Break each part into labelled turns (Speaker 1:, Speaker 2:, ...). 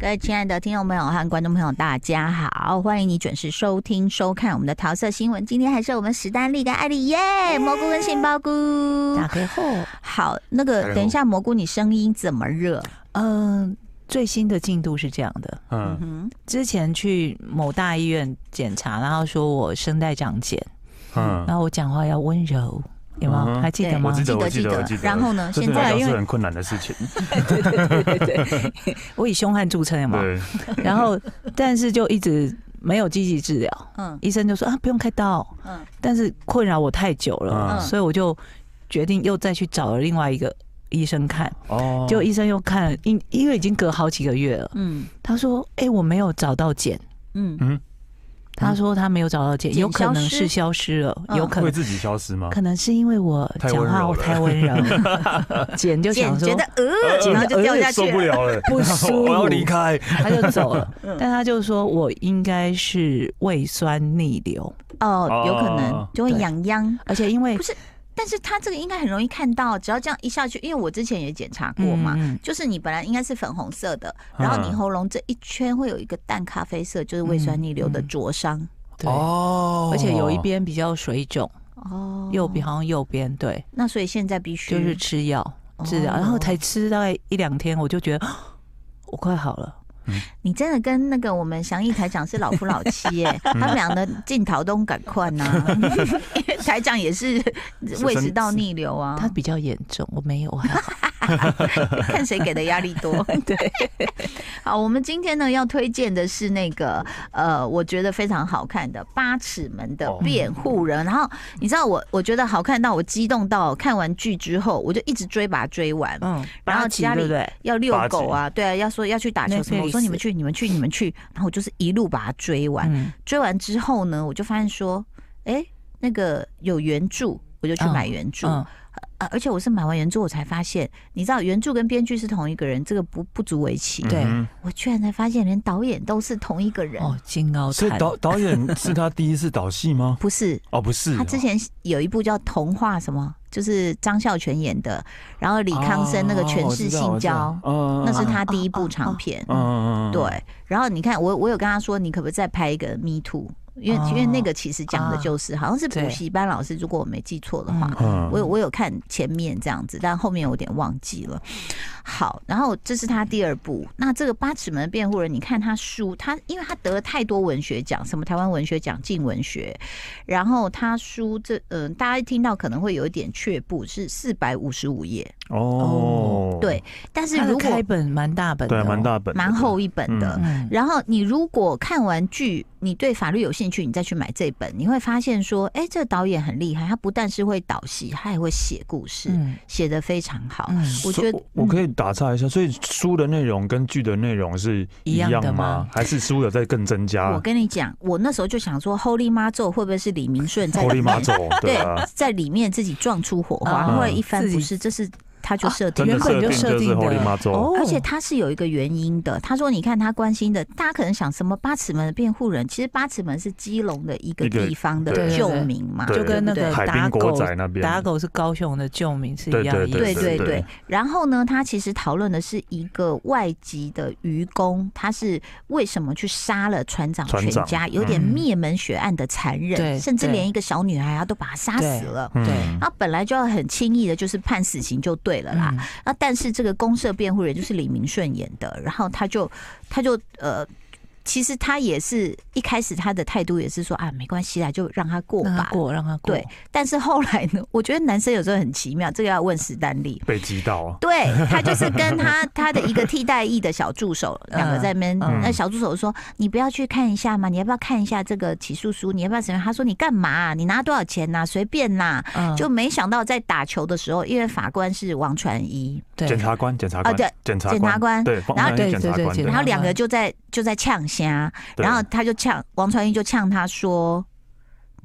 Speaker 1: 各位亲爱的听众朋友和观众朋友，大家好，欢迎你准时收听、收看我们的桃色新闻。今天还是我们史丹利跟艾丽耶，蘑菇跟杏鲍菇。
Speaker 2: 打开后，
Speaker 1: 好，那
Speaker 3: 打开
Speaker 1: 个
Speaker 3: 后
Speaker 1: 等一下，蘑菇，你声音怎么热？
Speaker 2: 嗯、最新的进度是这样的：
Speaker 1: 嗯
Speaker 3: 嗯，
Speaker 1: 哼，
Speaker 2: 之前去某大医院检查，然后说我声带长茧，然
Speaker 3: 嗯，
Speaker 2: 后我讲话要温柔，有吗？
Speaker 3: 嗯哼
Speaker 2: 还记得
Speaker 1: 对
Speaker 2: 吗
Speaker 3: 我？记得，我记得，我记得。
Speaker 1: 然后呢，
Speaker 3: 这
Speaker 1: 现
Speaker 3: 对我来
Speaker 1: 在
Speaker 3: 讲
Speaker 2: 因为
Speaker 3: 是很困难的事情。
Speaker 2: 对对对对对，我以凶悍著称，有吗？
Speaker 3: 对，
Speaker 2: 然后，但是就一直没有积极治疗，
Speaker 1: 嗯
Speaker 2: 医生就说啊，不用开刀，
Speaker 1: 嗯
Speaker 2: 但是困扰我太久了，
Speaker 3: 嗯
Speaker 2: 所以我就决定又再去找了另外一个医生看，
Speaker 3: 哦，
Speaker 2: 就医生又看了，因因为已经隔好几个月了，
Speaker 1: 嗯
Speaker 2: 他说，哎，我没有找到茧。
Speaker 1: 嗯，
Speaker 3: 嗯，
Speaker 2: 他说他没有找到茧，
Speaker 1: 茧
Speaker 2: 有可能
Speaker 1: 消失
Speaker 2: 是消失了，
Speaker 1: 嗯
Speaker 2: 有可
Speaker 3: 会
Speaker 2: 能
Speaker 3: 自己消失吗？
Speaker 2: 可能是因为我
Speaker 3: 太
Speaker 2: 讲
Speaker 3: 温
Speaker 2: 话
Speaker 3: 柔
Speaker 2: 我
Speaker 3: 了
Speaker 2: 太温柔， 茧就
Speaker 1: 姐
Speaker 2: 想说
Speaker 1: 觉得呃，然后就掉下去
Speaker 3: 受 不。了了，
Speaker 2: 不舒服
Speaker 3: 我要离开。
Speaker 2: 他就走了，
Speaker 1: 嗯
Speaker 2: 但他就说我应该是胃酸逆流，
Speaker 1: 哦，有可能
Speaker 3: 哦
Speaker 1: 就会
Speaker 2: 对
Speaker 1: 痒痒。
Speaker 2: 而且因为
Speaker 1: 不是但是它这个应该很容易看到，只要这样一下去，因为我之前也检查过
Speaker 2: 我
Speaker 1: 嘛
Speaker 2: 嘛，，
Speaker 1: 就是你本来应该是粉红色的，然后你
Speaker 3: 嗯
Speaker 1: 喉咙这一圈会有一个淡咖啡色，就是胃酸逆流的灼伤。
Speaker 2: 对，
Speaker 3: 哦，
Speaker 2: 而且有一边比较水肿，
Speaker 1: 哦
Speaker 2: 右边好像右边对，
Speaker 1: 那所以现在必须
Speaker 2: 就是吃药治疗，
Speaker 1: 哦
Speaker 2: 然后才吃大概一两天，我就觉得我快好了，
Speaker 1: 你真的跟那个我们祥义台长是老夫老妻 耶，他们俩的镜头都赶快呐，因为台长也是
Speaker 3: 是
Speaker 1: 胃食道逆流啊，
Speaker 2: 他比较严重，我没有，我还好，
Speaker 1: 看谁给的压力多。
Speaker 2: 对，
Speaker 1: 好，我们今天呢要推荐的是那个呃，我觉得非常好看的《八尺门
Speaker 2: 哦
Speaker 1: 的辩护人》。然后你知道我，我觉得好看到我激动到看完剧之后，我就一直追把它追完。
Speaker 2: 嗯，
Speaker 1: 然后
Speaker 2: 八级
Speaker 1: 家里
Speaker 2: 对不对？
Speaker 1: 要遛狗啊，对啊，要说要去打球什么，
Speaker 2: Netflix
Speaker 1: 我说你们去，你们去，你们去，然后我就是一路把它追完。
Speaker 2: 嗯，
Speaker 1: 追完之后呢，我就发现说，哎、那个有原著，我就去买原著。
Speaker 2: 嗯
Speaker 1: 呃，而且我是买完原著，我才发现，你知道原著跟编剧是同一个人，这个不不足为奇。
Speaker 2: 对
Speaker 3: 嗯
Speaker 1: 我居然才发现，连导演都是同一个人，
Speaker 2: 哦，金鳌
Speaker 3: 哼所以
Speaker 2: 潭，
Speaker 3: 导导演是他第一次导戏吗？
Speaker 1: 不是？
Speaker 3: 哦，不是，
Speaker 1: 他之前有一部叫《童话》，什么就是张孝全演的，然后李康生那个全是性交，
Speaker 3: 哦
Speaker 1: 那
Speaker 3: 我知道我知道嗯，
Speaker 1: 是他第一部长片。
Speaker 3: 嗯嗯嗯，嗯，
Speaker 1: 对，然后你看，我我有跟他说，你可不可以再拍一个《Me Too》？因为、
Speaker 2: 哦
Speaker 1: 因为那个其实讲的就是，好像是补
Speaker 2: 对
Speaker 1: 习班老师，如果我没记错的话，
Speaker 3: 嗯
Speaker 1: 我有我有看前面这样子，但后面我有点忘记了。好，然后这是他第二部。那这个《八尺门的辩护人》，你看他书，他因为他得了太多文学奖，什么台湾文学奖、静文学，然后他书这嗯、呃大家一听到可能会有一点却步，是四百五十五页。
Speaker 3: 哦，
Speaker 1: 对，但是
Speaker 2: 他的
Speaker 1: 如
Speaker 2: 开
Speaker 1: 果
Speaker 2: 本蛮大本的
Speaker 3: 对
Speaker 2: 哦，
Speaker 3: 啊，蛮大本的，
Speaker 1: 蛮厚一本的，
Speaker 2: 嗯，
Speaker 1: 然后你如果看完剧，你对法律有兴趣，你再去买这本，你会发现说，哎，这个导演很厉害，他不但是会导戏，他也会写故事，
Speaker 2: 嗯
Speaker 1: 写得非常好。
Speaker 2: 嗯
Speaker 1: 我
Speaker 3: 所以
Speaker 1: 觉得
Speaker 3: 我可以打岔一下，所以书的内容跟剧的内容是
Speaker 2: 一样
Speaker 3: 样
Speaker 2: 的吗
Speaker 3: 吗？还是书有在更增
Speaker 1: 我
Speaker 3: 加？
Speaker 1: 跟你讲，我那时候就想说，Holy 妈咒会不会是李明顺在
Speaker 3: 狐
Speaker 1: 里
Speaker 3: 狸马
Speaker 1: 面？
Speaker 3: 走，对啊，
Speaker 1: 在里面自己撞出火花，
Speaker 2: 嗯
Speaker 1: 后来一翻
Speaker 2: 自己
Speaker 1: 不是，这是他就设定
Speaker 3: 啊真
Speaker 1: 的。
Speaker 3: 的
Speaker 2: 原本就设
Speaker 3: 设定
Speaker 2: 定
Speaker 3: 是
Speaker 2: 的
Speaker 3: 狐狸马走，
Speaker 2: 哦
Speaker 1: 而且他是有一个原因的。他说：“你看他关心的，大家可能想什么八尺门的辩护人，其实八尺门是基隆的一个
Speaker 3: 一个
Speaker 1: 地方的
Speaker 3: 对
Speaker 1: 旧名嘛，
Speaker 3: 对
Speaker 2: 就跟那
Speaker 1: 对
Speaker 2: 个
Speaker 3: 海
Speaker 2: 打
Speaker 3: 滨国
Speaker 2: 狗
Speaker 3: 仔那边，
Speaker 2: 打狗是高雄的救命是一样的意思，
Speaker 1: 对
Speaker 3: 对
Speaker 1: 对
Speaker 3: 对
Speaker 1: 对
Speaker 3: 对。
Speaker 1: 然后呢，他其实讨论的是一个外籍的渔工，他是为什么去杀了船长
Speaker 3: 船
Speaker 1: 全
Speaker 3: 长
Speaker 1: 家，有点灭门血案的残忍，
Speaker 2: 对
Speaker 1: 甚至
Speaker 2: 对
Speaker 1: 连一个小女孩啊他都把她杀死了。
Speaker 3: 嗯
Speaker 2: 对
Speaker 1: 他本来就要很轻易的，就是判死刑就对了
Speaker 2: 嗯
Speaker 1: 啦。那、但是这个公社辩护人就是李明顺演的，然后他就他就呃。其实他也是一开始他的态度也是说啊，没关系啦，就让他过
Speaker 2: 让他
Speaker 1: 吧。
Speaker 2: 过，让他过。
Speaker 1: 对，但是后来呢，我觉得男生有时候很奇妙，这个要问史丹利。
Speaker 3: 被击到，
Speaker 1: 对他就是跟他他的一个替代役的小助手两个在那边，
Speaker 2: 嗯
Speaker 1: 那小助手说：“你不要去看一下吗？你要不要看一下这个起诉书？你要不要怎么样？”他说：“你干嘛啊、你拿多少钱呐、随便啦。”
Speaker 2: 嗯，
Speaker 1: 就没想到在打球的时候，因为法官是王传一，
Speaker 2: 对
Speaker 3: 检察官，检察
Speaker 1: 啊
Speaker 3: 官
Speaker 1: 对，
Speaker 3: 检察
Speaker 1: 检察官
Speaker 3: 对，方
Speaker 1: 然后
Speaker 3: 案
Speaker 2: 对
Speaker 3: 检察
Speaker 2: 对对
Speaker 3: 官，
Speaker 2: 检察
Speaker 1: 然后
Speaker 2: 官
Speaker 1: 两个就在就在呛虾，
Speaker 3: 嗯对
Speaker 1: 然后他就呛王传一就呛他说：“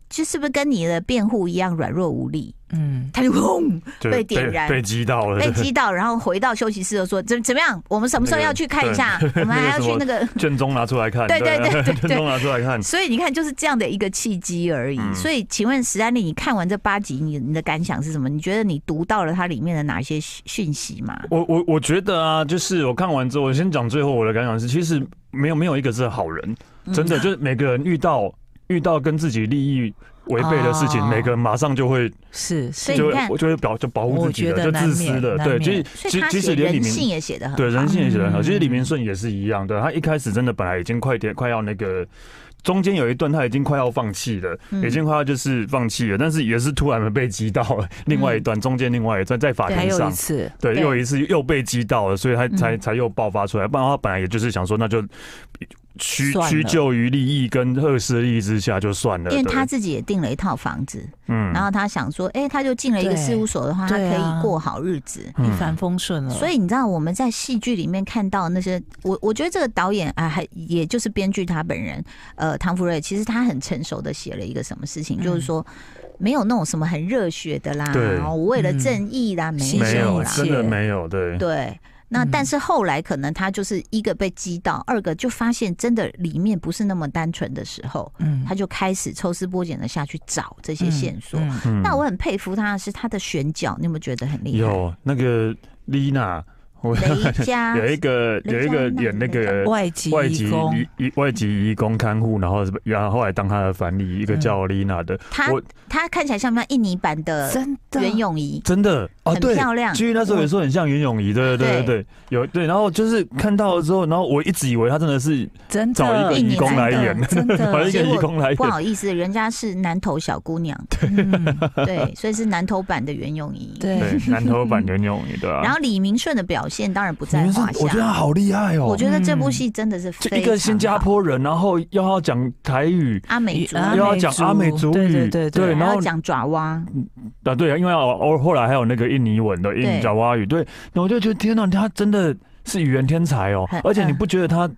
Speaker 1: 就是不是跟你的辩护一样软弱无力？
Speaker 2: 嗯，
Speaker 1: 他就轰
Speaker 3: 就
Speaker 1: 被点燃
Speaker 3: 被击到了，
Speaker 1: 被
Speaker 3: 对
Speaker 1: 击倒，然后回到休息室又说怎怎么样？我们什么时候
Speaker 3: 那个
Speaker 1: 要去看一下？我们还要去那个。
Speaker 3: 卷宗拿出来看，
Speaker 1: 对对对对对，
Speaker 3: 卷宗拿出来看
Speaker 1: 所以你看，就是这样的一个契机而已。
Speaker 3: 嗯
Speaker 1: 所以，请问史丹利，你看完这八集，你你的感想是什么？你觉得你读到了它里面的哪些讯讯息吗？
Speaker 3: 我我我觉得啊，就是我看完之后，我先讲最后我的感想是，其实没有没有一个是好人，
Speaker 1: 嗯
Speaker 3: 真的就是每个人遇到遇到跟自己利益违背的事情，
Speaker 2: 哦
Speaker 3: 每个人马上就会
Speaker 2: 是
Speaker 1: 所
Speaker 2: 是
Speaker 1: 以
Speaker 3: 就
Speaker 1: 你
Speaker 3: 会
Speaker 1: 看
Speaker 3: 我就会保就保护自己
Speaker 2: 我觉
Speaker 3: 的，
Speaker 2: 得
Speaker 3: 就
Speaker 2: 难
Speaker 3: 自
Speaker 2: 免
Speaker 3: 私的，
Speaker 2: 难
Speaker 3: 对，
Speaker 2: 免
Speaker 3: 就是
Speaker 1: 所以
Speaker 3: 即
Speaker 1: 他
Speaker 3: 即
Speaker 1: 写
Speaker 3: 使连李
Speaker 1: 人
Speaker 3: 明
Speaker 1: 性也写得很
Speaker 3: 对人性也写得很好，
Speaker 2: 嗯
Speaker 3: 其实李明顺也是一样的，他一开始真的本来已经快点快要那个。中间有一段他已经快要放弃了，
Speaker 1: 嗯
Speaker 3: 已经快要就是放弃了，但是也是突然的被击到了。另外一段中间另外一段在法
Speaker 2: 还
Speaker 3: 庭
Speaker 2: 有
Speaker 3: 上
Speaker 2: 一，次，
Speaker 3: 对，
Speaker 1: 对
Speaker 3: 又一次又被击到了，所以他才
Speaker 1: 嗯
Speaker 3: 才又爆发出来。不然他本来也就是想说，那就屈
Speaker 2: 算了
Speaker 3: 屈就于利益跟恶势利益之下就算了。
Speaker 1: 因为他
Speaker 3: 呃对
Speaker 1: 自己也订了一套房子，
Speaker 3: 嗯
Speaker 1: 然后他想说，哎、他就进了一个
Speaker 2: 对
Speaker 1: 事务所的话，他可
Speaker 2: 对啊
Speaker 1: 以过好日子。
Speaker 3: 嗯
Speaker 2: 一帆风顺了，
Speaker 1: 所以你知道我们在戏剧里面看到那些，我我觉得这个导演啊，还也就是编剧他本人，呃，唐福瑞，其实他很成熟的写了一个什么事情，
Speaker 2: 嗯
Speaker 1: 就是说没有那种什么很热血的啦，
Speaker 3: 对
Speaker 1: 我为了正义啦，没
Speaker 2: 嗯
Speaker 3: 没有
Speaker 1: 有啦，
Speaker 3: 真的没有，对
Speaker 1: 对。那
Speaker 2: 嗯
Speaker 1: 但是后来可能他就是一个被击到，二个就发现真的里面不是那么单纯的时候，
Speaker 2: 嗯
Speaker 1: 他就开始抽丝剥茧的下去找这些
Speaker 2: 嗯
Speaker 1: 线索。
Speaker 2: 嗯
Speaker 3: 嗯
Speaker 1: 那我很佩服他的是他的选角，你有没有觉得很厉害？
Speaker 3: 有那个丽娜，我
Speaker 1: 雷 佳
Speaker 3: 有一个有
Speaker 1: 雷
Speaker 3: 一
Speaker 1: 佳
Speaker 3: 个
Speaker 1: 娜
Speaker 3: 演那
Speaker 1: 雷佳
Speaker 3: 个
Speaker 2: 外籍
Speaker 3: 外籍
Speaker 2: 义工，
Speaker 3: 移移外籍移工看护，然后然后后来当他的翻译，一个
Speaker 2: 嗯
Speaker 3: 叫丽娜的，
Speaker 1: 他
Speaker 3: 我
Speaker 1: 他看起来像不像印尼版的
Speaker 2: 真的
Speaker 1: 袁咏仪？
Speaker 3: 真的哦，
Speaker 1: 很
Speaker 3: 对，
Speaker 1: 漂亮。
Speaker 3: 其实那时候也说很像袁咏仪，对对对
Speaker 1: 对
Speaker 3: 对对，有对，然后就是看到了之后，然后我一直以为他真的是
Speaker 2: 真的
Speaker 3: 找一个
Speaker 1: 印尼
Speaker 3: 义工
Speaker 1: 来
Speaker 3: 来
Speaker 1: 的
Speaker 3: 演，
Speaker 2: 真
Speaker 3: 找一
Speaker 2: 的
Speaker 1: 嗯结
Speaker 3: 个
Speaker 1: 果
Speaker 3: 义工来
Speaker 1: 不
Speaker 3: 演，
Speaker 1: 好意思，人家是南投小姑 娘，
Speaker 2: 嗯
Speaker 1: 对，所以是南投版的袁咏仪。
Speaker 2: 对
Speaker 3: 对，啊南投版袁咏仪，对吧？
Speaker 1: 然后李明顺的表现当然不在
Speaker 3: 你们是
Speaker 1: 话
Speaker 3: 我觉得他
Speaker 1: 下。
Speaker 3: 好厉害哦
Speaker 1: 我，觉得这部
Speaker 2: 嗯
Speaker 1: 戏真的是非
Speaker 3: 就
Speaker 1: 常
Speaker 3: 一个新加
Speaker 1: 好
Speaker 3: 坡人，然后又要讲台语，
Speaker 1: 阿美族，
Speaker 2: 阿
Speaker 3: 又
Speaker 2: 美
Speaker 3: 要讲
Speaker 2: 族
Speaker 3: 阿美族语，
Speaker 2: 对对对对
Speaker 1: 然
Speaker 3: 然后
Speaker 1: 后讲爪哇，
Speaker 3: 啊，对啊，因为偶后来还有那个印尼文的印尼
Speaker 1: 对
Speaker 3: 爪哇语，对，那我就觉得天哪，他真的是语言天才哦
Speaker 1: 很，
Speaker 3: 而且你
Speaker 1: 嗯
Speaker 3: 不觉得他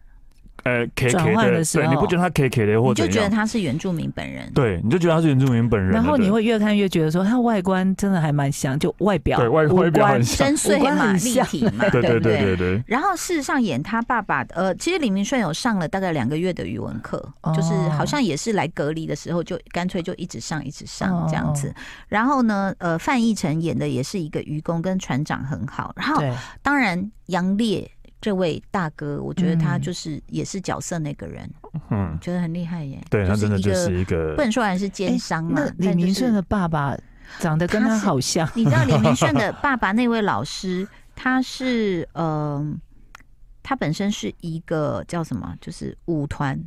Speaker 3: 呃 K
Speaker 2: 转
Speaker 3: K
Speaker 2: 换
Speaker 3: 的，
Speaker 2: 的时
Speaker 3: 对，你
Speaker 2: 候
Speaker 3: 不觉得他 K K 的
Speaker 1: 你
Speaker 3: 或
Speaker 1: 就
Speaker 3: 怎
Speaker 1: 觉得
Speaker 3: 样？
Speaker 1: 他是原住民本人。
Speaker 3: 对，你就觉得他是原住民本人了，
Speaker 2: 然后
Speaker 3: 对
Speaker 2: 你会越看越觉得说他外观真的还蛮像，就外表
Speaker 3: 对外
Speaker 2: 五
Speaker 3: 外表
Speaker 2: 官
Speaker 3: 很像，
Speaker 1: 深邃
Speaker 2: 五官
Speaker 1: 嘛，
Speaker 2: 很
Speaker 1: 立
Speaker 2: 像
Speaker 1: 体嘛，
Speaker 3: 对
Speaker 1: 不
Speaker 3: 对对对对，
Speaker 1: 然后事实上演他爸爸的，呃，其实李明顺有上了大概两个月的语文课，
Speaker 2: 哦
Speaker 1: 就是好像也是来隔离的时候就干脆就一直上一直上
Speaker 2: 哦
Speaker 1: 这样子。然后呢，呃，范逸臣演的也是一个愚公跟船长很好。然后
Speaker 2: 对，
Speaker 1: 当然杨烈这位大哥，我觉得他
Speaker 2: 嗯
Speaker 1: 就是也是角色那个人，
Speaker 3: 嗯，
Speaker 1: 觉得很厉害耶。
Speaker 3: 对他真的
Speaker 1: 一
Speaker 3: 就
Speaker 1: 个
Speaker 3: 是一个
Speaker 1: 不能说还是奸商嘛
Speaker 2: 那，李
Speaker 1: 但就
Speaker 2: 明
Speaker 1: 是
Speaker 2: 顺的爸爸长得跟
Speaker 1: 他
Speaker 2: 他
Speaker 1: 是
Speaker 2: 好像，
Speaker 1: 你知道李明顺的爸爸那位老师，他是呃，他本身是一个叫什么，就是舞团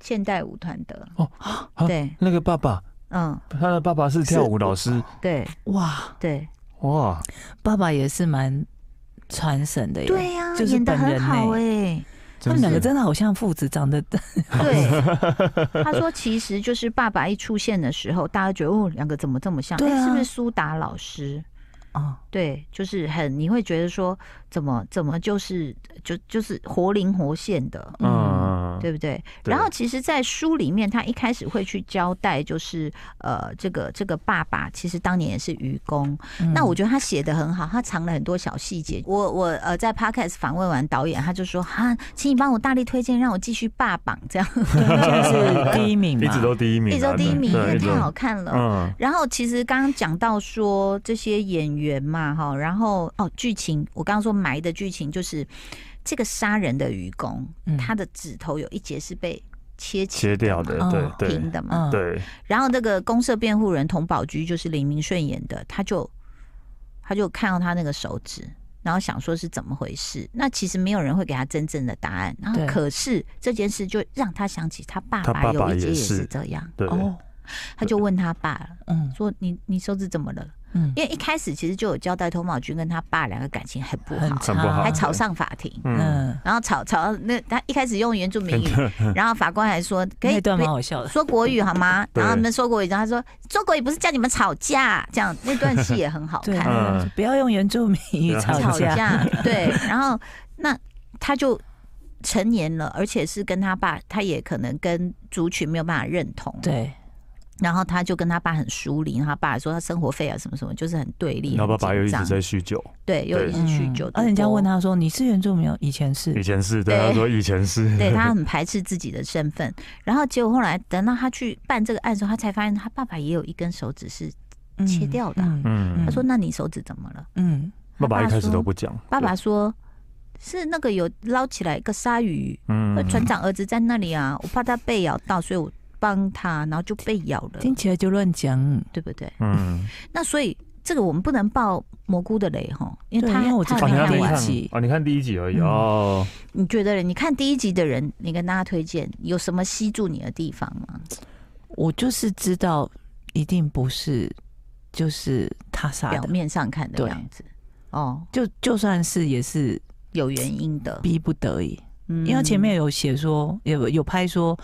Speaker 1: 现代舞团的，
Speaker 2: 哦
Speaker 3: 啊
Speaker 1: 对，
Speaker 3: 那个爸爸，
Speaker 1: 嗯，
Speaker 3: 他的爸爸是跳舞老师，
Speaker 1: 对
Speaker 2: 哇，
Speaker 1: 对
Speaker 3: 哇，
Speaker 2: 爸爸也是蛮传神的耶。
Speaker 1: 对呀、
Speaker 2: 就是
Speaker 1: 演的
Speaker 2: 本
Speaker 1: 很
Speaker 2: 人
Speaker 1: 好哎、
Speaker 2: 他们两个
Speaker 3: 是
Speaker 2: 真的好像父子，长得
Speaker 1: 对，他说其实就是爸爸一出现的时候，大家觉得哦，两个怎么这么像？
Speaker 2: 对
Speaker 1: 哎
Speaker 2: 啊
Speaker 1: 是不是苏达老师？
Speaker 2: 哦，
Speaker 1: 对，就是很你会觉得说怎么怎么就是就就是活灵活现的，
Speaker 3: 嗯，
Speaker 1: 对不对？
Speaker 3: 对
Speaker 1: 然后其实，在书里面，他一开始会去交代，就是呃，这个这个爸爸其实当年也是愚公。
Speaker 2: 嗯
Speaker 1: 那我觉得他写的很好，他藏了很多小细节。我我呃，在 podcast 访问完导演，他就说哈，请你帮我大力推荐，让我继续霸榜，这 样
Speaker 2: 就是第一名嘛，
Speaker 3: 一直都第一名
Speaker 1: 一
Speaker 3: 啊，
Speaker 1: 直都第一名，
Speaker 3: 对
Speaker 1: 也
Speaker 3: 一直都
Speaker 1: 太好看了。
Speaker 3: 嗯，
Speaker 1: 然后其实刚刚讲到说这些演员嘛，哈，然后哦，剧情我刚刚说埋的剧情就是这个杀人的愚公，
Speaker 2: 嗯
Speaker 1: 他的指头有一节是被切起
Speaker 3: 切掉的，
Speaker 2: 哦
Speaker 3: 对
Speaker 1: 平
Speaker 3: 对
Speaker 1: 的嘛。
Speaker 2: 嗯
Speaker 3: 对，
Speaker 1: 然后那个公社辩护人童宝驹就是林明顺演的，他就他就看到他那个手指，然后想说是怎么回事。那其实没有人会给他真正的答案。然后
Speaker 2: 对
Speaker 1: 可是这件事就让他想起他爸
Speaker 3: 他爸爸
Speaker 1: 有一节也
Speaker 3: 也是
Speaker 1: 是这样，
Speaker 3: 对，
Speaker 2: 哦，
Speaker 1: 他就问他爸了
Speaker 2: 嗯
Speaker 1: 说你你手指怎么了？
Speaker 2: 嗯，
Speaker 1: 因为一开始其实就有交代童宝驹跟他爸两个感情很不好，
Speaker 3: 很不好
Speaker 1: 还吵上法庭。
Speaker 3: 嗯，
Speaker 2: 嗯，
Speaker 1: 然后吵吵到那他一开始用原住民语，然后法官还说可以
Speaker 2: 那段
Speaker 1: 可以
Speaker 2: 蛮好笑的，
Speaker 1: 说国语好吗？
Speaker 3: 对
Speaker 1: 然后他们说国语，然后他说说国语不是叫你们吵架，这样那段戏也很好
Speaker 2: 对，
Speaker 1: 看，
Speaker 3: 嗯
Speaker 2: 那个不要用原住民语
Speaker 3: 对
Speaker 2: 吵
Speaker 1: 吵
Speaker 2: 架，
Speaker 1: 架对，然后那他就成年了，而且是跟他爸，他也可能跟族群没有办法认同，，
Speaker 2: 对，
Speaker 1: 然后他就跟他爸很疏离，然后他爸说他生活费啊什么什么，就是很对立。
Speaker 3: 然后爸爸
Speaker 1: 很
Speaker 3: 又一
Speaker 1: 紧张
Speaker 3: 直在酗酒，
Speaker 1: 对，又嗯一直酗酒，
Speaker 2: 嗯啊而人家问
Speaker 1: 他。
Speaker 2: 他说：“你是原住民哦？”以前是
Speaker 3: 以，前是对
Speaker 1: 对
Speaker 3: 他说以前是，
Speaker 1: 对他很排斥自己的身份，然后结果后来等到他去办这个案的时候，他才发现他爸爸也有一根手指是，
Speaker 2: 嗯
Speaker 1: 切掉的
Speaker 2: 嗯
Speaker 3: 嗯
Speaker 1: 他说：“那你手指怎么了
Speaker 2: 嗯，？”
Speaker 3: 爸爸一开始
Speaker 1: 说
Speaker 3: 都不讲，
Speaker 1: 爸爸
Speaker 3: 对
Speaker 1: 说：“是那个有捞起来一个鲨鱼，
Speaker 3: 嗯
Speaker 1: 船长儿子在那里啊，我怕他被咬到，所以我帮他，然后就被咬了，
Speaker 2: 听起来就乱讲。
Speaker 1: 对不对？
Speaker 3: 嗯，
Speaker 1: 那所以这个我们不能爆蘑菇的雷哈，因为
Speaker 2: 对
Speaker 1: 他
Speaker 2: 因为我
Speaker 1: 他
Speaker 2: 只
Speaker 3: 哦，
Speaker 1: 还
Speaker 3: 你
Speaker 1: 没
Speaker 2: 看
Speaker 3: 要
Speaker 1: 看
Speaker 3: 第
Speaker 1: 完
Speaker 2: 完。
Speaker 3: 一看哦，你看第一集
Speaker 1: 嗯
Speaker 3: 而已哦，
Speaker 1: 你觉得你看第一集的人，你跟大家推荐有什么吸住你的地方吗？
Speaker 2: 我就是知道，一定不是，就是他杀
Speaker 1: 表
Speaker 2: 的。
Speaker 1: 面上看的
Speaker 2: 对
Speaker 1: 样子，哦，
Speaker 2: 就就算是也是
Speaker 1: 有原因的，
Speaker 2: 逼不得已，
Speaker 1: 嗯
Speaker 2: 因为他前面有写说，有有拍说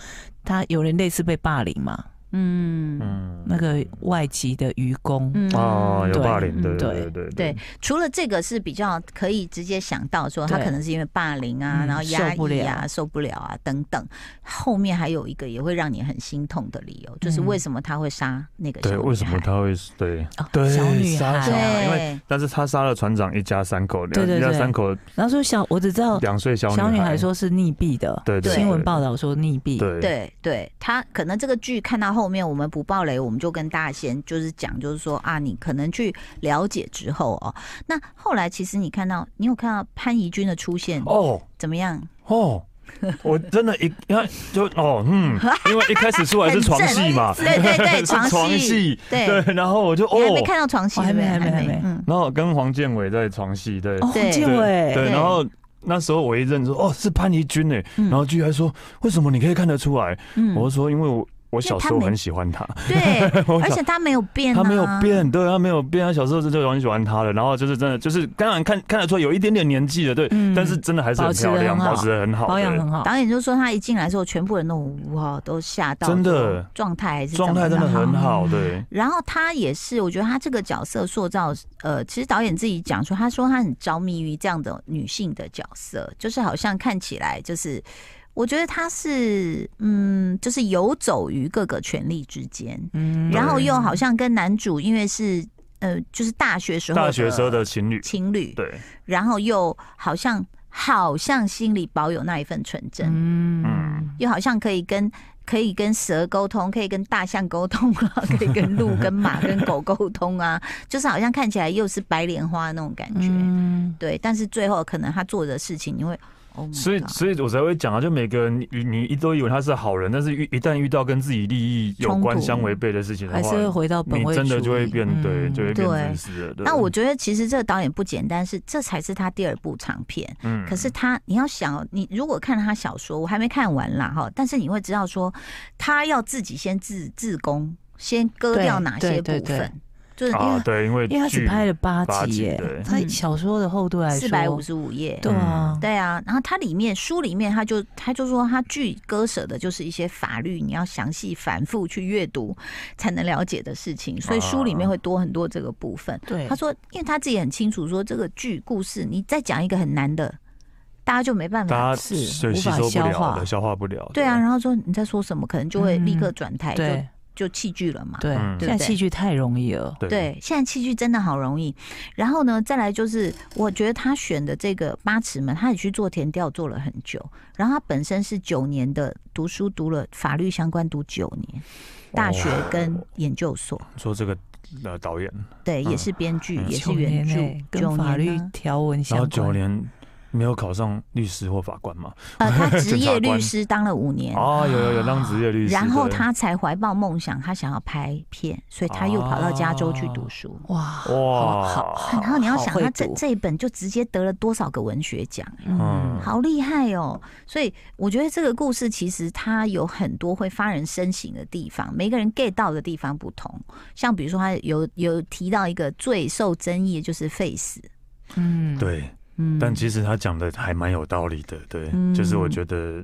Speaker 2: 他有人类似被霸凌嘛，
Speaker 1: 嗯
Speaker 3: 嗯，
Speaker 2: 那个外籍的愚公，
Speaker 1: 嗯
Speaker 3: 哦，有
Speaker 2: 对
Speaker 3: 霸凌，对
Speaker 1: 嗯
Speaker 3: 对
Speaker 2: 对
Speaker 3: 对
Speaker 1: 对，除了这个是比较可以直接想到说他
Speaker 2: 对
Speaker 1: 可能是因为霸凌啊，
Speaker 2: 嗯
Speaker 1: 然后压
Speaker 2: 受不
Speaker 1: 抑啊、
Speaker 2: 了
Speaker 1: 受不了啊等等，后面还有一个也会让你很心痛的理由，就是
Speaker 2: 嗯
Speaker 1: 为什么他会杀那个小
Speaker 3: 对，为什么
Speaker 1: 女孩
Speaker 3: 他会对
Speaker 2: 哦
Speaker 3: 对
Speaker 2: 小女
Speaker 3: 杀
Speaker 2: 孩，
Speaker 3: 小孩因
Speaker 1: 对
Speaker 3: 但是他杀了船长一家三口，
Speaker 2: 对对
Speaker 3: 一家
Speaker 2: 对
Speaker 3: 三口
Speaker 1: 哦
Speaker 2: 然后说小，我只知道
Speaker 3: 两岁小
Speaker 2: 小
Speaker 3: 女
Speaker 2: 女孩，说是溺毙的，
Speaker 3: 对对，
Speaker 1: 对
Speaker 2: 新闻报道说溺毙，
Speaker 3: 对
Speaker 1: 对对，他可能这个剧看到后面，我们不爆雷，我们就跟大家先就是讲，就是说啊，你可能去了解之后哦，那后来其实你看到，你有看到潘怡君的出现
Speaker 3: 哦
Speaker 1: 怎么样？
Speaker 3: 哦。我真的一看就哦嗯，因为一开始出来是床戏嘛，
Speaker 1: 很正对对对
Speaker 3: 是
Speaker 1: 床戏
Speaker 3: 床戏，
Speaker 1: 对
Speaker 3: 对，然后我就
Speaker 1: 你还没
Speaker 3: 哦，
Speaker 1: 看到床戏
Speaker 2: 我还
Speaker 1: 对不
Speaker 2: 没
Speaker 1: 对？
Speaker 2: 还没还没
Speaker 1: 嗯，
Speaker 3: 然后跟黄建伟在床戏，对，
Speaker 2: 哦，
Speaker 1: 对
Speaker 2: 黄建伟，
Speaker 3: 对，
Speaker 1: 对
Speaker 3: 然后那时候我一认说哦是潘怡君诶，
Speaker 1: 嗯
Speaker 3: 然后居然说为什么你可以看得出来？
Speaker 1: 嗯
Speaker 3: 我就说因为我我小时候很喜欢他，
Speaker 1: 对，
Speaker 3: 我
Speaker 1: 而
Speaker 3: 小
Speaker 1: 且他没有变、啊，
Speaker 3: 他没有，变，对他没有变，他小时候真的很喜欢他的，然后就是真的就是当然看看得出来有一点点年纪了，对，
Speaker 2: 嗯
Speaker 3: 但是真的还是很漂亮，保
Speaker 2: 保
Speaker 3: 持
Speaker 2: 持
Speaker 3: 的很好，
Speaker 2: 保养
Speaker 3: 对
Speaker 2: 很好，
Speaker 1: 导演就说他一进来的时候，全部人都哇都吓到，
Speaker 3: 真的
Speaker 1: 说状态还是
Speaker 3: 状态
Speaker 1: 这
Speaker 3: 真
Speaker 1: 么
Speaker 3: 的很
Speaker 1: 好。
Speaker 3: 好，
Speaker 2: 嗯
Speaker 3: 对，
Speaker 1: 然后他也是，我觉得他这个角色塑造，呃，其实导演自己讲说，他说他很着迷于这样的女性的角色，就是好像看起来就是，我觉得他是，嗯，就是游走于各个权力之间，
Speaker 2: 嗯
Speaker 1: 然后又好像跟男主因为是，呃，就是大学时候
Speaker 3: 大学时候的情侣，
Speaker 1: 情侣，
Speaker 3: 对，
Speaker 1: 然后又好像好像心里保有那一份纯真，
Speaker 2: 嗯
Speaker 3: 嗯，
Speaker 1: 又好像可以跟可以跟蛇沟通，可以跟大象沟通啊， 可以跟鹿、跟马、跟狗沟通啊，就是好像看起来又是白莲花那种感觉。
Speaker 2: 嗯
Speaker 1: 对，但是最后可能他做的事情，你会，Oh my
Speaker 3: 所以
Speaker 1: God
Speaker 3: 所以我才会讲啊，就每个人你你一都以为他是好人，但是遇一旦遇到跟自己利益有
Speaker 1: 冲
Speaker 3: 关
Speaker 1: 突
Speaker 3: 相违背的事情的
Speaker 2: 还是会
Speaker 3: 话，
Speaker 2: 回到本
Speaker 3: 你
Speaker 2: 位
Speaker 3: 真的
Speaker 2: 主
Speaker 3: 就会
Speaker 2: 义
Speaker 3: 变对，
Speaker 2: 嗯
Speaker 3: 就会
Speaker 1: 对
Speaker 3: 变自私了。对
Speaker 1: 那我觉得其实这个导演不简单，是这才是他第二部长片。
Speaker 3: 嗯
Speaker 1: 可是他，你要想哦，你如果看了他小说，我还没看完啦哈，但是你会知道说，他要自己先自自宫，先割掉
Speaker 2: 对
Speaker 1: 哪些部
Speaker 2: 对对哦对
Speaker 1: 分，就是
Speaker 3: 啊，对，因为
Speaker 2: 因为他只
Speaker 3: 剧
Speaker 2: 拍了八
Speaker 3: 八集
Speaker 2: 集耶
Speaker 3: 对，嗯
Speaker 2: 他
Speaker 1: 嗯
Speaker 2: 小说的厚度来说，
Speaker 1: 四百五，十五页。
Speaker 2: 对啊，
Speaker 1: 对啊，然后它里面书里面，他就他就说，他据割舍的就是一些法律，你要详细反复去阅读才能了解的事情，所以书里面会多很多这个部分。
Speaker 2: 哦对
Speaker 1: 他说，因为他自己很清楚说，这个剧故事你再讲一个很难的，大家就没办法。
Speaker 3: 大家
Speaker 2: 是
Speaker 3: 对
Speaker 2: 无
Speaker 3: 吸
Speaker 2: 法
Speaker 3: 收不
Speaker 2: 消
Speaker 3: 了
Speaker 2: 化
Speaker 3: 的，消化不了的。
Speaker 1: 对啊，然后说你在说什么，可能就会立刻
Speaker 2: 嗯
Speaker 1: 转台，
Speaker 2: 对
Speaker 1: 就就弃剧了嘛。
Speaker 2: 对
Speaker 3: 嗯，
Speaker 2: 现在戏剧太容易了，
Speaker 3: 对
Speaker 1: 对，现在器具真的好容易。然后呢，再来就是，我觉得他选的这个八尺门，他也去做填调做了很久。然后他本身是九年的读书，读了法律相关读九年，大学跟研究所，
Speaker 3: 说这个呃导演，
Speaker 1: 对，也
Speaker 3: 嗯
Speaker 1: 是编剧，
Speaker 3: 嗯
Speaker 1: 也是
Speaker 2: 九
Speaker 1: 原
Speaker 2: 年
Speaker 1: 著
Speaker 2: 欸，
Speaker 1: 九
Speaker 2: 跟法
Speaker 1: 年
Speaker 2: 律
Speaker 1: 呢
Speaker 2: 条文相
Speaker 3: 然
Speaker 2: 关，
Speaker 3: 后九年没有考上律师或法官嘛？
Speaker 1: 呃， 他职
Speaker 3: 检察
Speaker 1: 业律
Speaker 3: 官
Speaker 1: 师当了五年。
Speaker 3: 哦，有有有当职业律师，
Speaker 1: 然后
Speaker 3: 对
Speaker 1: 他才怀抱梦想，他想要拍片，所以他又跑到加州去读
Speaker 3: 哦
Speaker 1: 书。
Speaker 2: 哇
Speaker 3: 哇
Speaker 2: 好好，
Speaker 1: 然后你要
Speaker 2: 好
Speaker 1: 想，
Speaker 2: 会
Speaker 1: 他这
Speaker 2: 读
Speaker 1: 这一本就直接得了多少个文学奖？
Speaker 3: 嗯
Speaker 1: 好厉害哦！所以我觉得这个故事其实它有很多会发人深省的地方，每个人 get 到的地方不同。像比如说，他有有提到一个最受争议的就是 face，
Speaker 2: 嗯，
Speaker 3: 对，
Speaker 1: 嗯
Speaker 3: 但其实他讲的还蛮有道理的，对，
Speaker 1: 嗯
Speaker 3: 就是我觉得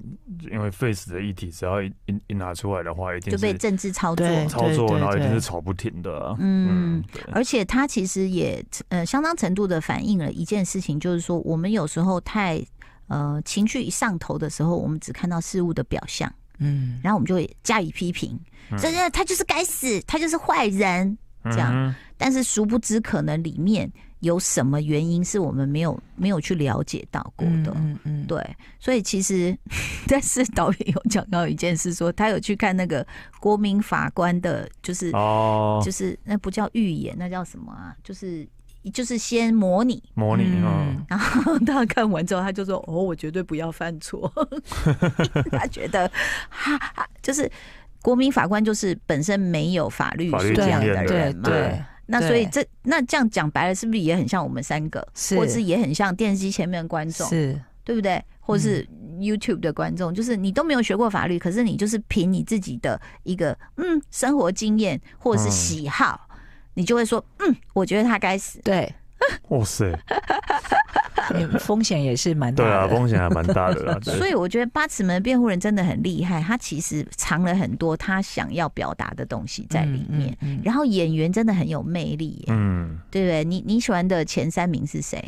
Speaker 3: 因为 face 的议题，只要一一一拿出来的话，一定
Speaker 1: 就是被政治操作。
Speaker 2: 对
Speaker 3: 操作，
Speaker 2: 对
Speaker 3: 然后一定
Speaker 2: 对
Speaker 3: 是吵不停的啊，
Speaker 1: 嗯
Speaker 3: 对
Speaker 1: 而且它其实也呃相当程度的反映了一件事情，就是说我们有时候太呃情绪一上头的时候，我们只看到事物的表象，
Speaker 2: 嗯，
Speaker 1: 然后我们就会加以批评，这个他就是该死，他就是坏人。这样
Speaker 3: 嗯
Speaker 1: 但是殊不知，可能里面有什么原因是我们没有没有去了解到过的。
Speaker 2: 嗯嗯，
Speaker 1: 对，所以其实，但是导演有讲到一件事说他有去看那个国民法官的，就是、
Speaker 3: 哦
Speaker 1: 就，是那不叫预演，那叫什么啊？就是就是先模拟，
Speaker 3: 模拟嗯，
Speaker 1: 然后 他看完之后，他就说：“哦，我绝对不要犯错。”他觉得，哈哈，就是国民法官就是本身没有法律
Speaker 3: 法律
Speaker 1: 这
Speaker 2: 经
Speaker 1: 样
Speaker 3: 验
Speaker 1: 的
Speaker 3: 的
Speaker 2: 对
Speaker 1: 人嘛。
Speaker 2: 对，
Speaker 1: 那所以
Speaker 2: 对
Speaker 1: 这那这样讲白了，是不是也很像我们三个，
Speaker 2: 是
Speaker 1: 或是也很像电视机前面的观众，
Speaker 2: 是
Speaker 1: 对不对？或是 YouTube 的观众，就是你都没有学过法律，可是你就是凭你自己的一个嗯生活经验或者是
Speaker 3: 嗯
Speaker 1: 喜好，你就会说嗯，我觉得他该死。
Speaker 2: 对，
Speaker 3: 哇塞，
Speaker 2: 你风险也是蛮大
Speaker 3: 对
Speaker 2: 的。
Speaker 3: 啊，风险还蛮大的啦。对
Speaker 1: 所以我觉得八尺门辩护人真的很厉害，他其实藏了很多他想要表达的东西在里面。
Speaker 2: 嗯，嗯嗯
Speaker 1: 然后演员真的很有魅力耶，
Speaker 3: 嗯，
Speaker 1: 对不对？你你喜欢的前三名是谁？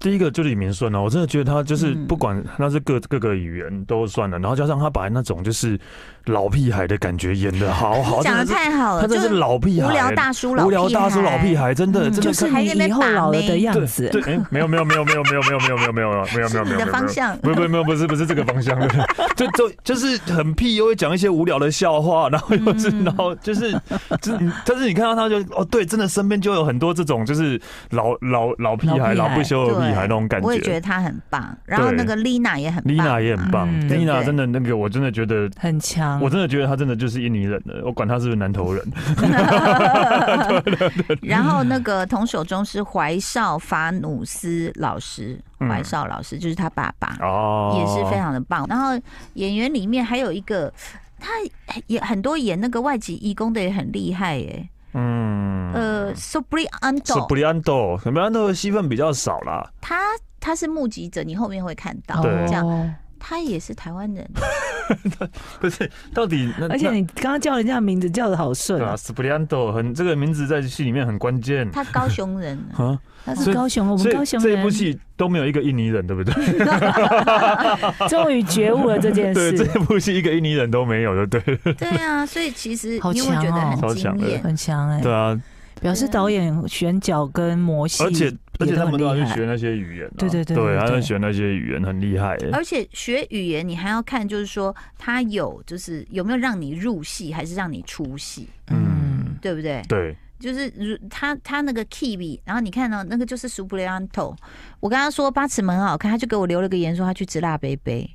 Speaker 3: 第一个就是李明顺啊，我真的觉得他就是
Speaker 1: 嗯
Speaker 3: 不管他是各各个语言都算了，然后加上他把那种就是老屁孩的感觉演的好好，
Speaker 1: 你讲的
Speaker 3: 真的是
Speaker 1: 太好了，
Speaker 3: 他真的
Speaker 1: 就是
Speaker 3: 老屁孩，
Speaker 1: 无聊大叔老
Speaker 3: 无聊大叔老屁，孩，真的
Speaker 1: 嗯
Speaker 3: 真
Speaker 2: 就
Speaker 3: 的
Speaker 2: 是
Speaker 3: 看
Speaker 1: 还在那
Speaker 2: 你
Speaker 1: 边
Speaker 2: 以后
Speaker 1: 打
Speaker 2: 老了的
Speaker 1: 妹
Speaker 2: 样
Speaker 3: 对
Speaker 2: 子，
Speaker 3: 对，哎，没有没有没有没有没有没有没有没有没有没有没有没有没有
Speaker 1: 是
Speaker 3: 没
Speaker 1: 你的
Speaker 3: 有没有
Speaker 1: 方向。
Speaker 3: 不不不不是不是这个方向的，就就就是很屁，又会讲一些无聊的笑话，然后又是、然后就是，就是你但是你看到他就哦对，真的身边就有很多这种就是老老老屁
Speaker 2: 老
Speaker 3: 孩、
Speaker 2: 屁孩
Speaker 3: 老不休的屁孩那种感
Speaker 1: 我也觉得
Speaker 3: 觉。
Speaker 1: 他很棒，然后那个丽娜也很棒，
Speaker 3: 丽娜也很棒，
Speaker 2: 嗯
Speaker 3: 丽娜
Speaker 1: 对
Speaker 3: 真的那个我真的觉得。
Speaker 2: 很强。
Speaker 3: 我真的觉得他真的就是印尼人了，我管他是不是南投人，
Speaker 1: 然后那个同手中是怀少法努斯老师，
Speaker 3: 嗯
Speaker 1: 怀少老师就是他爸爸，
Speaker 3: 哦，
Speaker 1: 也是非常的棒。然后演员里面还有一个，他也很多演那个外籍义工的也很厉害耶、
Speaker 3: 嗯，
Speaker 1: 呃
Speaker 3: 是
Speaker 1: ，Sobrianto，
Speaker 3: 布里安豆，布里安豆的戏份比较少啦，
Speaker 1: 他他是目击者，你后面会看到。
Speaker 3: 对
Speaker 1: 这样
Speaker 2: 哦
Speaker 1: 他也是台湾人，
Speaker 3: 不是，到底那
Speaker 2: 而且你刚刚叫人家名字叫的好顺
Speaker 3: 那
Speaker 2: 啊
Speaker 3: 啊，，斯布里安豆很这个名字在戏里面很关键
Speaker 1: 他高雄 人啊。
Speaker 3: 啊，
Speaker 2: 他
Speaker 3: 所
Speaker 2: 是
Speaker 3: 以
Speaker 2: 高雄，我
Speaker 3: 所
Speaker 2: 们
Speaker 3: 以
Speaker 2: 高雄
Speaker 3: 这一部
Speaker 2: 人
Speaker 3: 戏都没有一个印尼人，对不对？
Speaker 2: 终于觉悟了这件
Speaker 3: 对，这
Speaker 2: 事，
Speaker 3: 一部戏一个印尼人都没有的，对对
Speaker 1: 对啊，所以其实
Speaker 2: 好
Speaker 1: 你会觉得
Speaker 2: 强哦
Speaker 1: 很
Speaker 3: 超强
Speaker 1: 惊
Speaker 3: 的
Speaker 1: 艳。
Speaker 2: 很强哎，
Speaker 3: 对啊，
Speaker 2: 表示导演选角跟模戏，
Speaker 3: 而且而且他们都要去
Speaker 2: 也很厉害
Speaker 3: 学那些语言啊，
Speaker 2: 对对对对
Speaker 3: 对，
Speaker 2: 对
Speaker 3: 还要学那些语言，很厉害欸。
Speaker 1: 而且学语言，你还要看，就是说他有，就是有没有让你入戏，还是让你出戏，
Speaker 3: 嗯，
Speaker 1: 对不对？
Speaker 3: 对，
Speaker 1: 就是如他他那个 Kiwi，然后你看到、哦那个就是 s u b r i a n t o 我跟他说八尺门很好看，他就给我留了个言说他去直辣杯 杯。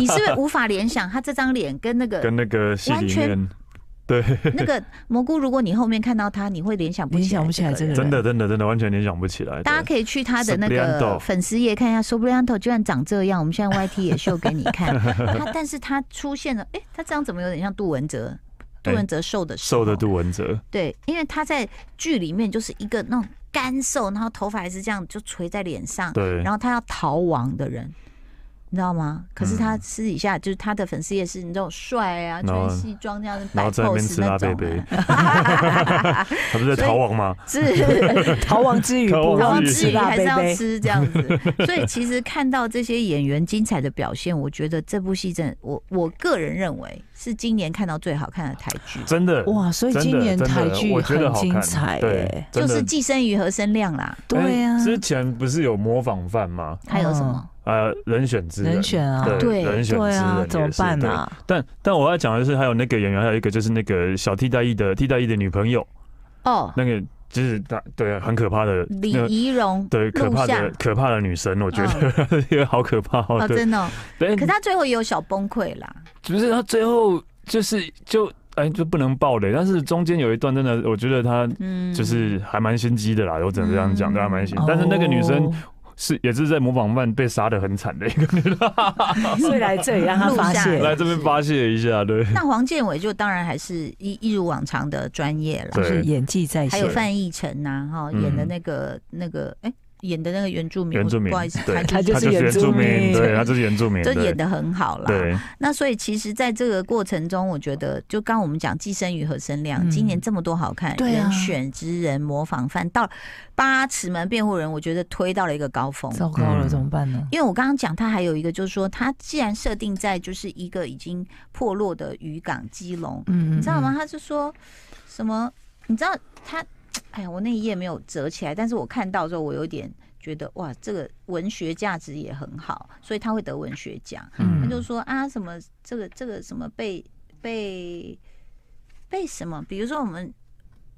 Speaker 1: 你是不是无法联想他这张脸跟那
Speaker 2: 呃
Speaker 1: 个
Speaker 3: 跟那个戏里
Speaker 1: 完
Speaker 3: 面，对，
Speaker 1: 那个蘑菇？如果你后面看到他，你会联想不起来，
Speaker 2: 联想不起来这个人
Speaker 3: 真的真的真的完全联想不起来。
Speaker 1: 大家
Speaker 3: 对
Speaker 1: 可以去他的那
Speaker 3: Sobrianto
Speaker 1: 个粉丝页看一下 s o b r i a n t o 居然长这样。我们现在 YT 也秀给你看，他但是他出现了，哎、他这样怎么有点像杜文泽？ 杜文泽瘦的哦时候
Speaker 3: 哎瘦的杜文泽，
Speaker 1: 对，因为他在剧里面就是一个那种干瘦，然后头发还是这样就垂在脸上，
Speaker 3: 对
Speaker 1: 然，后他要逃亡的人，你知道吗？可是他私底下、就是他的粉丝也是那种帅啊，
Speaker 3: 嗯然后
Speaker 1: 穿西装这样子摆
Speaker 3: 然后在那边
Speaker 1: pose
Speaker 3: 吃辣
Speaker 1: 那
Speaker 3: 贝
Speaker 1: 种、
Speaker 3: 贝，
Speaker 1: 哎
Speaker 3: 他不是在逃亡吗？
Speaker 1: 是。
Speaker 2: 逃亡之 余，
Speaker 3: 逃亡
Speaker 2: 不
Speaker 1: 然后
Speaker 3: 之余
Speaker 1: 至
Speaker 2: 吃
Speaker 1: 于
Speaker 2: 辣
Speaker 1: 还是
Speaker 2: 贝
Speaker 1: 要
Speaker 2: 贝，
Speaker 1: 吃这样 子。所以其实看到这些演员精彩的表现，我觉得这部戏真的，我我个人认为是今年看到最好看的台剧，
Speaker 3: 真的
Speaker 2: 哇！所以
Speaker 3: 真的
Speaker 2: 今年
Speaker 3: 真的
Speaker 2: 台剧
Speaker 3: 我觉得
Speaker 2: 很
Speaker 3: 好
Speaker 2: 精
Speaker 3: 看
Speaker 2: 彩
Speaker 3: 对
Speaker 2: 耶，，
Speaker 3: 真
Speaker 1: 就
Speaker 3: 的
Speaker 1: 是《寄生鱼》和《声量》啦。
Speaker 2: 对啊呀
Speaker 3: 哎，之前不是有模仿犯吗？
Speaker 1: 还有什么？
Speaker 3: 呃，人选之人，
Speaker 2: 人选啊，
Speaker 1: 对
Speaker 3: 人选之
Speaker 2: 对
Speaker 3: 人
Speaker 2: 啊
Speaker 3: 也，是
Speaker 2: 怎么办？
Speaker 3: 对
Speaker 2: 啊？
Speaker 3: 但但我要讲的是，还有那个演员，还有一个就是那个小替代役的替代役的女朋友，
Speaker 1: 哦，
Speaker 3: 那个就是她对很可怕的
Speaker 1: 李
Speaker 3: 那个
Speaker 1: 怡蓉
Speaker 3: 对可
Speaker 1: 录
Speaker 3: 怕
Speaker 1: 像
Speaker 3: 的可怕的女生，我觉 得因为好可怕哦。
Speaker 1: 哦，
Speaker 3: 对，
Speaker 1: 真的哦，
Speaker 3: 对，
Speaker 1: 可他最后也有小崩溃啦。
Speaker 3: 不是他最后就是就哎就不能爆雷，但是中间有一段真的，我觉得他
Speaker 1: 嗯，
Speaker 3: 就是还蛮心机的啦，我只能这样讲，
Speaker 1: 嗯
Speaker 3: 对，还蛮心。但是那个女生
Speaker 2: 哦，
Speaker 3: 是也是在模仿犯被杀的很惨的一个女的，
Speaker 2: 所以来这里让他
Speaker 1: 对录
Speaker 2: 发
Speaker 1: 下
Speaker 3: 来
Speaker 2: 泄，
Speaker 3: 这边发泄一下，对。
Speaker 1: 那黄建伟就当然还是一一如往常的专业啦。
Speaker 2: 就
Speaker 3: 对
Speaker 2: 是演技在
Speaker 1: 还有
Speaker 2: 线，
Speaker 1: 范逸臣呐，哈，
Speaker 3: 嗯
Speaker 1: 演的那个那个，哎，演的那个原住民，
Speaker 3: 原住民
Speaker 1: 不好意思，
Speaker 3: 对
Speaker 2: 他
Speaker 1: 就
Speaker 2: 就是
Speaker 3: 他就是
Speaker 2: 原
Speaker 3: 原
Speaker 2: 住
Speaker 3: 住
Speaker 2: 民
Speaker 3: 民，对，他就是原住民，
Speaker 1: 就
Speaker 3: 对
Speaker 1: 演的很好啦。
Speaker 3: 对，
Speaker 1: 那所以其实，在这个过程中，我觉得就刚我们讲《寄生鱼》和《生亮》，
Speaker 2: 嗯
Speaker 1: 今年这么多好看，
Speaker 2: 对啊
Speaker 1: 人选之人、模仿犯，到《八尺门辩护人》，我觉得推到了一个高峰。
Speaker 2: 糟糕了，
Speaker 3: 嗯
Speaker 2: 怎么办呢？
Speaker 1: 因为我刚刚讲，它还有一个就是说，它既然设定在就是一个已经破落的渔港基隆，
Speaker 2: 嗯，
Speaker 1: 你知道吗？
Speaker 2: 嗯？
Speaker 1: 他就说什么？你知道他？哎呀，我那一页没有折起来，但是我看到之后，我有点觉得哇，这个文学价值也很好，所以他会得文学奖。
Speaker 2: 嗯
Speaker 1: 他就说啊，什么这个这个什么被被被什么？比如说我们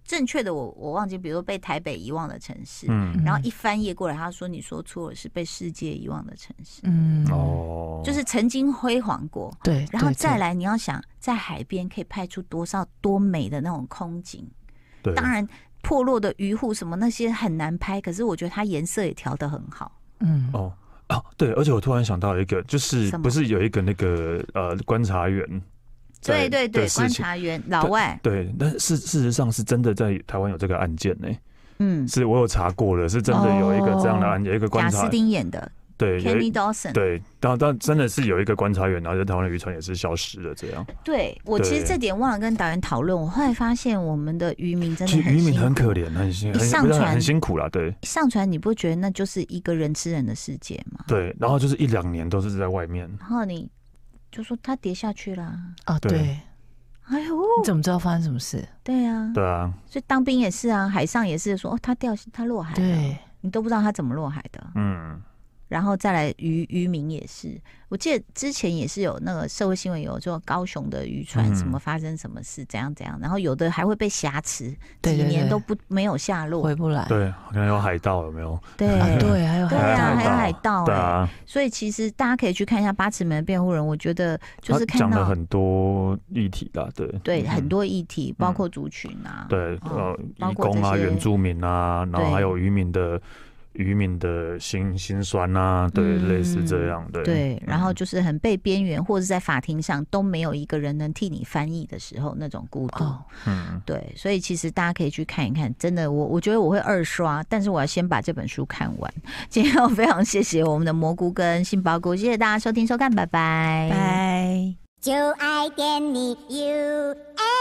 Speaker 1: 正确的我我忘记，比如说被台北遗忘的城市，
Speaker 3: 嗯，
Speaker 1: 然后一翻页过来，他说你说错了，是被世界遗忘的城市，
Speaker 2: 嗯，
Speaker 3: 哦，
Speaker 1: 就是曾经辉煌过。
Speaker 2: 对，
Speaker 1: 然后
Speaker 2: 对
Speaker 1: 再，来，你要想在海边可以拍出多少多美的那种空景。
Speaker 3: 对，
Speaker 1: 当然，破落的渔户什么那些很难拍，可是我觉得它颜色也调得很好。
Speaker 2: 对嗯，
Speaker 3: 哦。哦，对，而且我突然想到一个，就是
Speaker 1: 什么
Speaker 3: 不是有一个那个呃观察员，
Speaker 1: 对对
Speaker 3: 对
Speaker 1: 对，
Speaker 3: 对是
Speaker 1: 观察员老外，
Speaker 3: 对，但事事实上是真的在台湾有这个案件呢、
Speaker 1: 嗯，
Speaker 3: 是我有查过了，是真的有一个这样的案件，有一个
Speaker 1: 贾
Speaker 3: 观
Speaker 1: 哦
Speaker 3: 察
Speaker 1: 斯汀演的
Speaker 3: 对，有
Speaker 1: Kenny
Speaker 3: 一
Speaker 1: Dawson。
Speaker 3: 对，但但真的是有一个观察员，然后在台湾的渔船也是消失了，这样。
Speaker 1: 对我其实
Speaker 3: 对
Speaker 1: 这点忘了跟导演讨论，我后来发现我们的渔民真的
Speaker 3: 其实渔民
Speaker 1: 辛
Speaker 3: 很
Speaker 1: 苦
Speaker 3: 可怜，啊很辛
Speaker 1: 一
Speaker 3: 很
Speaker 1: 上
Speaker 3: 不是
Speaker 1: 船
Speaker 3: 很辛苦啦，对
Speaker 1: 一上船你不觉得那就是一个人吃人的世界吗？
Speaker 3: 对。然后就是一两年都是在外面，
Speaker 1: 然后你就说他跌下去啦，
Speaker 2: 啊，
Speaker 3: 对
Speaker 2: 对，
Speaker 1: 哎呦，
Speaker 2: 你怎么知道发生什么事？
Speaker 1: 对啊，
Speaker 3: 对啊，
Speaker 1: 所以当兵也是啊，海上也是说哦，他掉他落海了，
Speaker 2: 对，
Speaker 1: 你都不知道他怎么落海的。
Speaker 3: 嗯，
Speaker 1: 然后再来渔渔民也是，我记得之前也是有那个社会新闻有说高雄的渔船
Speaker 3: 嗯
Speaker 1: 什么发生什么事，怎样怎样，然后有的还会被挟持，
Speaker 2: 对
Speaker 1: 几
Speaker 2: 对
Speaker 1: 年
Speaker 2: 对
Speaker 1: 都不没有下落。
Speaker 2: 回不来，
Speaker 3: 对，可能有海盗有没有？
Speaker 1: 对
Speaker 2: 啊，对，还有
Speaker 1: 对
Speaker 2: 海
Speaker 1: 啊，
Speaker 2: 盗
Speaker 1: 还有海
Speaker 3: 海
Speaker 1: 盗
Speaker 3: 对
Speaker 1: 哎、
Speaker 3: 啊，
Speaker 1: 所以其实大家可以去看一下《八尺门的辩护人》，我觉得就是
Speaker 3: 他
Speaker 1: 看
Speaker 3: 讲了
Speaker 1: 到
Speaker 3: 很多议题啦，对
Speaker 1: 对
Speaker 3: 嗯
Speaker 1: 很多议题，包括族群啊，
Speaker 3: 对
Speaker 1: 哦
Speaker 3: 呃，
Speaker 1: 包
Speaker 3: 义
Speaker 1: 括
Speaker 3: 工啊、
Speaker 1: 这些
Speaker 3: 原住民啊，然
Speaker 1: 对
Speaker 3: 后还有渔民的渔民的心心酸啊，对，
Speaker 1: 嗯
Speaker 3: 类似这样，对
Speaker 1: 对，然后
Speaker 3: 嗯
Speaker 1: 就是很被边缘，或者是在法庭上都没有一个人能替你翻译的时候，那种孤独。
Speaker 2: 哦，
Speaker 3: 嗯，
Speaker 1: 对，所以其实大家可以去看一看，真的，我我觉得我会二刷，但是我要先把这本书看完。今天我非常谢谢我们的蘑菇跟杏鲍菇，谢谢大家收听收看，拜拜，
Speaker 2: 拜。
Speaker 4: 就爱点你 UFO。